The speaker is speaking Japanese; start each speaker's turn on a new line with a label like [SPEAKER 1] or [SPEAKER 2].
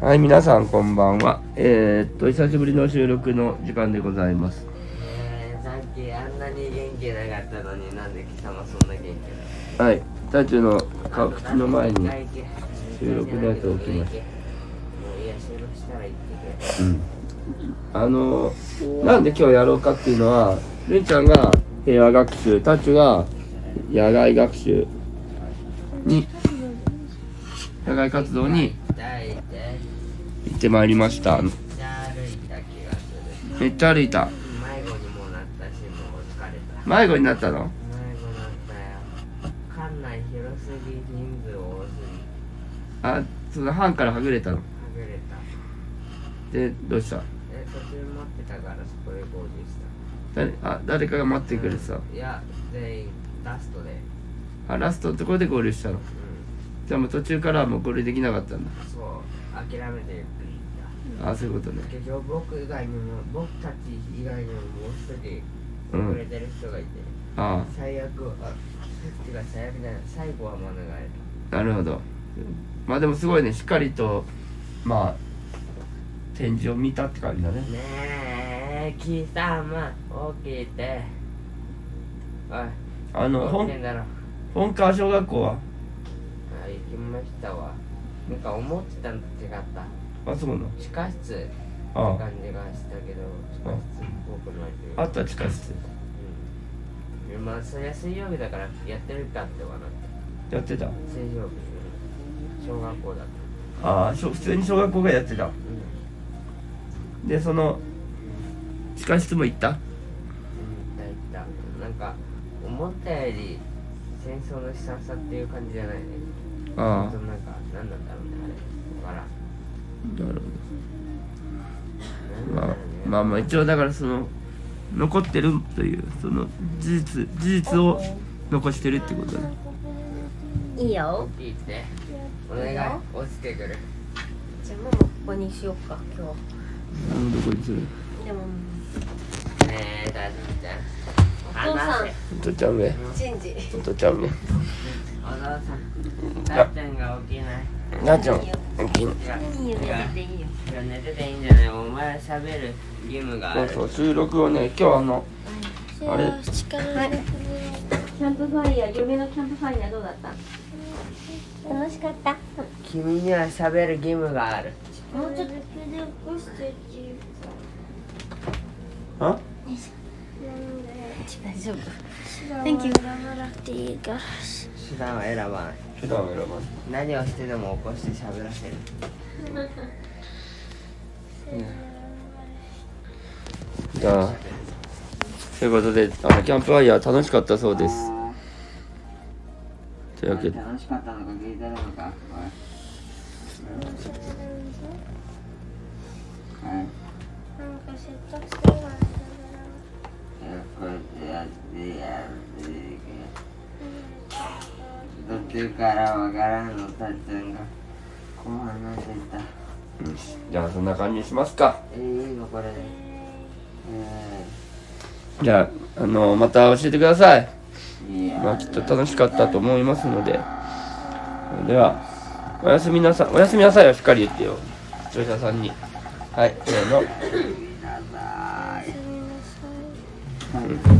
[SPEAKER 1] はい、皆さんこんばんは。えー、っと、久しぶりの収録の時間でございます。
[SPEAKER 2] えー、さっきあんなに元気なかったのになんで貴様そんな元気
[SPEAKER 1] はい、タチュの
[SPEAKER 2] な
[SPEAKER 1] 顔
[SPEAKER 2] の
[SPEAKER 1] 口の前に。収
[SPEAKER 2] 収
[SPEAKER 1] 録のやつ置きました
[SPEAKER 2] もういいや収録したら行ってく
[SPEAKER 1] うんあのなんで今日やろうかっていうのはるんちゃんが平和学習タチュが野外学習に野外活動に
[SPEAKER 2] れ抱いて
[SPEAKER 1] 行ってまいりました
[SPEAKER 2] じゃあ歩いた気がする
[SPEAKER 1] めっちゃ歩いた
[SPEAKER 2] 迷子にもなったしもう疲れた
[SPEAKER 1] 迷子になったの
[SPEAKER 2] 迷子になったよ館内広すぎ人数多すぎ
[SPEAKER 1] あその班からはぐれたの
[SPEAKER 2] はぐれた
[SPEAKER 1] でどうした
[SPEAKER 2] え途中待ってたからそこで合流した
[SPEAKER 1] 誰あ誰かが待ってくれてた
[SPEAKER 2] いや全員ラストで
[SPEAKER 1] あラストのところで合流したの
[SPEAKER 2] うん
[SPEAKER 1] じゃあもう途中からはもう合流できなかったんだ
[SPEAKER 2] そう諦めてゆっくり行
[SPEAKER 1] あそういうことね
[SPEAKER 2] った結局僕以外にも僕たち以外にももう一人遅れてる人がいて、
[SPEAKER 1] あ
[SPEAKER 2] 最悪はあてか最悪じゃない最後は免れた
[SPEAKER 1] あなるほどまあでもすごいねしっかりとまあ展示を見たって感じだね
[SPEAKER 2] ねえ貴様起きてお
[SPEAKER 1] あの
[SPEAKER 2] い起きて
[SPEAKER 1] 本
[SPEAKER 2] んだろ
[SPEAKER 1] 本川小学校は
[SPEAKER 2] あ行きましたわなんか思ってたのと違った
[SPEAKER 1] あそうなの
[SPEAKER 2] 地下室って
[SPEAKER 1] あ
[SPEAKER 2] 感じがしたけど地下室っぽくないという
[SPEAKER 1] あ
[SPEAKER 2] か
[SPEAKER 1] あった地下室
[SPEAKER 2] うんまあそりゃ水曜日だからやってるかってはな
[SPEAKER 1] やってた
[SPEAKER 2] 水曜日小学校だった
[SPEAKER 1] ああしょ普通に小学校がやってた
[SPEAKER 2] うん
[SPEAKER 1] でその地下室も行った
[SPEAKER 2] だいたなんか思ったより戦争の悲惨さっていう感じじゃないね
[SPEAKER 1] あ
[SPEAKER 2] ほんとなんか何なんだろうねあれだ
[SPEAKER 1] あな
[SPEAKER 2] から
[SPEAKER 1] るほ
[SPEAKER 2] ん
[SPEAKER 1] ど
[SPEAKER 2] なん
[SPEAKER 1] まあ
[SPEAKER 2] だろうね
[SPEAKER 1] まあまあ一応だからその残ってるというその事実事実を残してるってことだね
[SPEAKER 3] いいよ。
[SPEAKER 2] いいってお願い落ちてくる
[SPEAKER 3] じゃあママここにしようか今
[SPEAKER 1] あのどこにする
[SPEAKER 3] 日。でも
[SPEAKER 2] ねえ大丈夫じゃん
[SPEAKER 3] お父さん
[SPEAKER 2] 話せ
[SPEAKER 1] お父ちゃん上
[SPEAKER 3] チェンジ。
[SPEAKER 1] お父ちゃん上
[SPEAKER 2] お父さんたっちゃんが起きない
[SPEAKER 1] なあちゃん起きん
[SPEAKER 2] いや
[SPEAKER 3] いいよ
[SPEAKER 2] いや
[SPEAKER 3] 寝てていいよ。
[SPEAKER 2] いや寝てていいんじゃないお前喋る義務があ
[SPEAKER 1] そう
[SPEAKER 2] る
[SPEAKER 1] そう収録をね今日あのあれ
[SPEAKER 3] キャンプファイヤー嫁のキャンプファイヤーどうだった？楽しかった。
[SPEAKER 2] 君には喋る義務がある
[SPEAKER 3] もうちょっと
[SPEAKER 1] あ
[SPEAKER 3] 大丈夫。
[SPEAKER 4] Thank you.
[SPEAKER 2] 手段を選ばない
[SPEAKER 1] 手段を選ばない
[SPEAKER 2] 何をしてでも起こして喋らせる
[SPEAKER 1] じゃあということであのキャンプファイヤー楽しかったそうですというわけで
[SPEAKER 2] 楽しかったのか聞いてるのかはいはいやっやってやって途中からわからんのたっちゃんがこう話してきた
[SPEAKER 1] うんじゃあそんな感じにしますか
[SPEAKER 2] えー、いいのこれでえ
[SPEAKER 1] じゃああのまた教えてください、
[SPEAKER 2] ー、いや
[SPEAKER 1] まあ、きっと楽しかったと思いますのでそれではおやすみなさいおやすみなさいはしっかり言ってよ視聴者さんにはいせーの
[SPEAKER 2] はい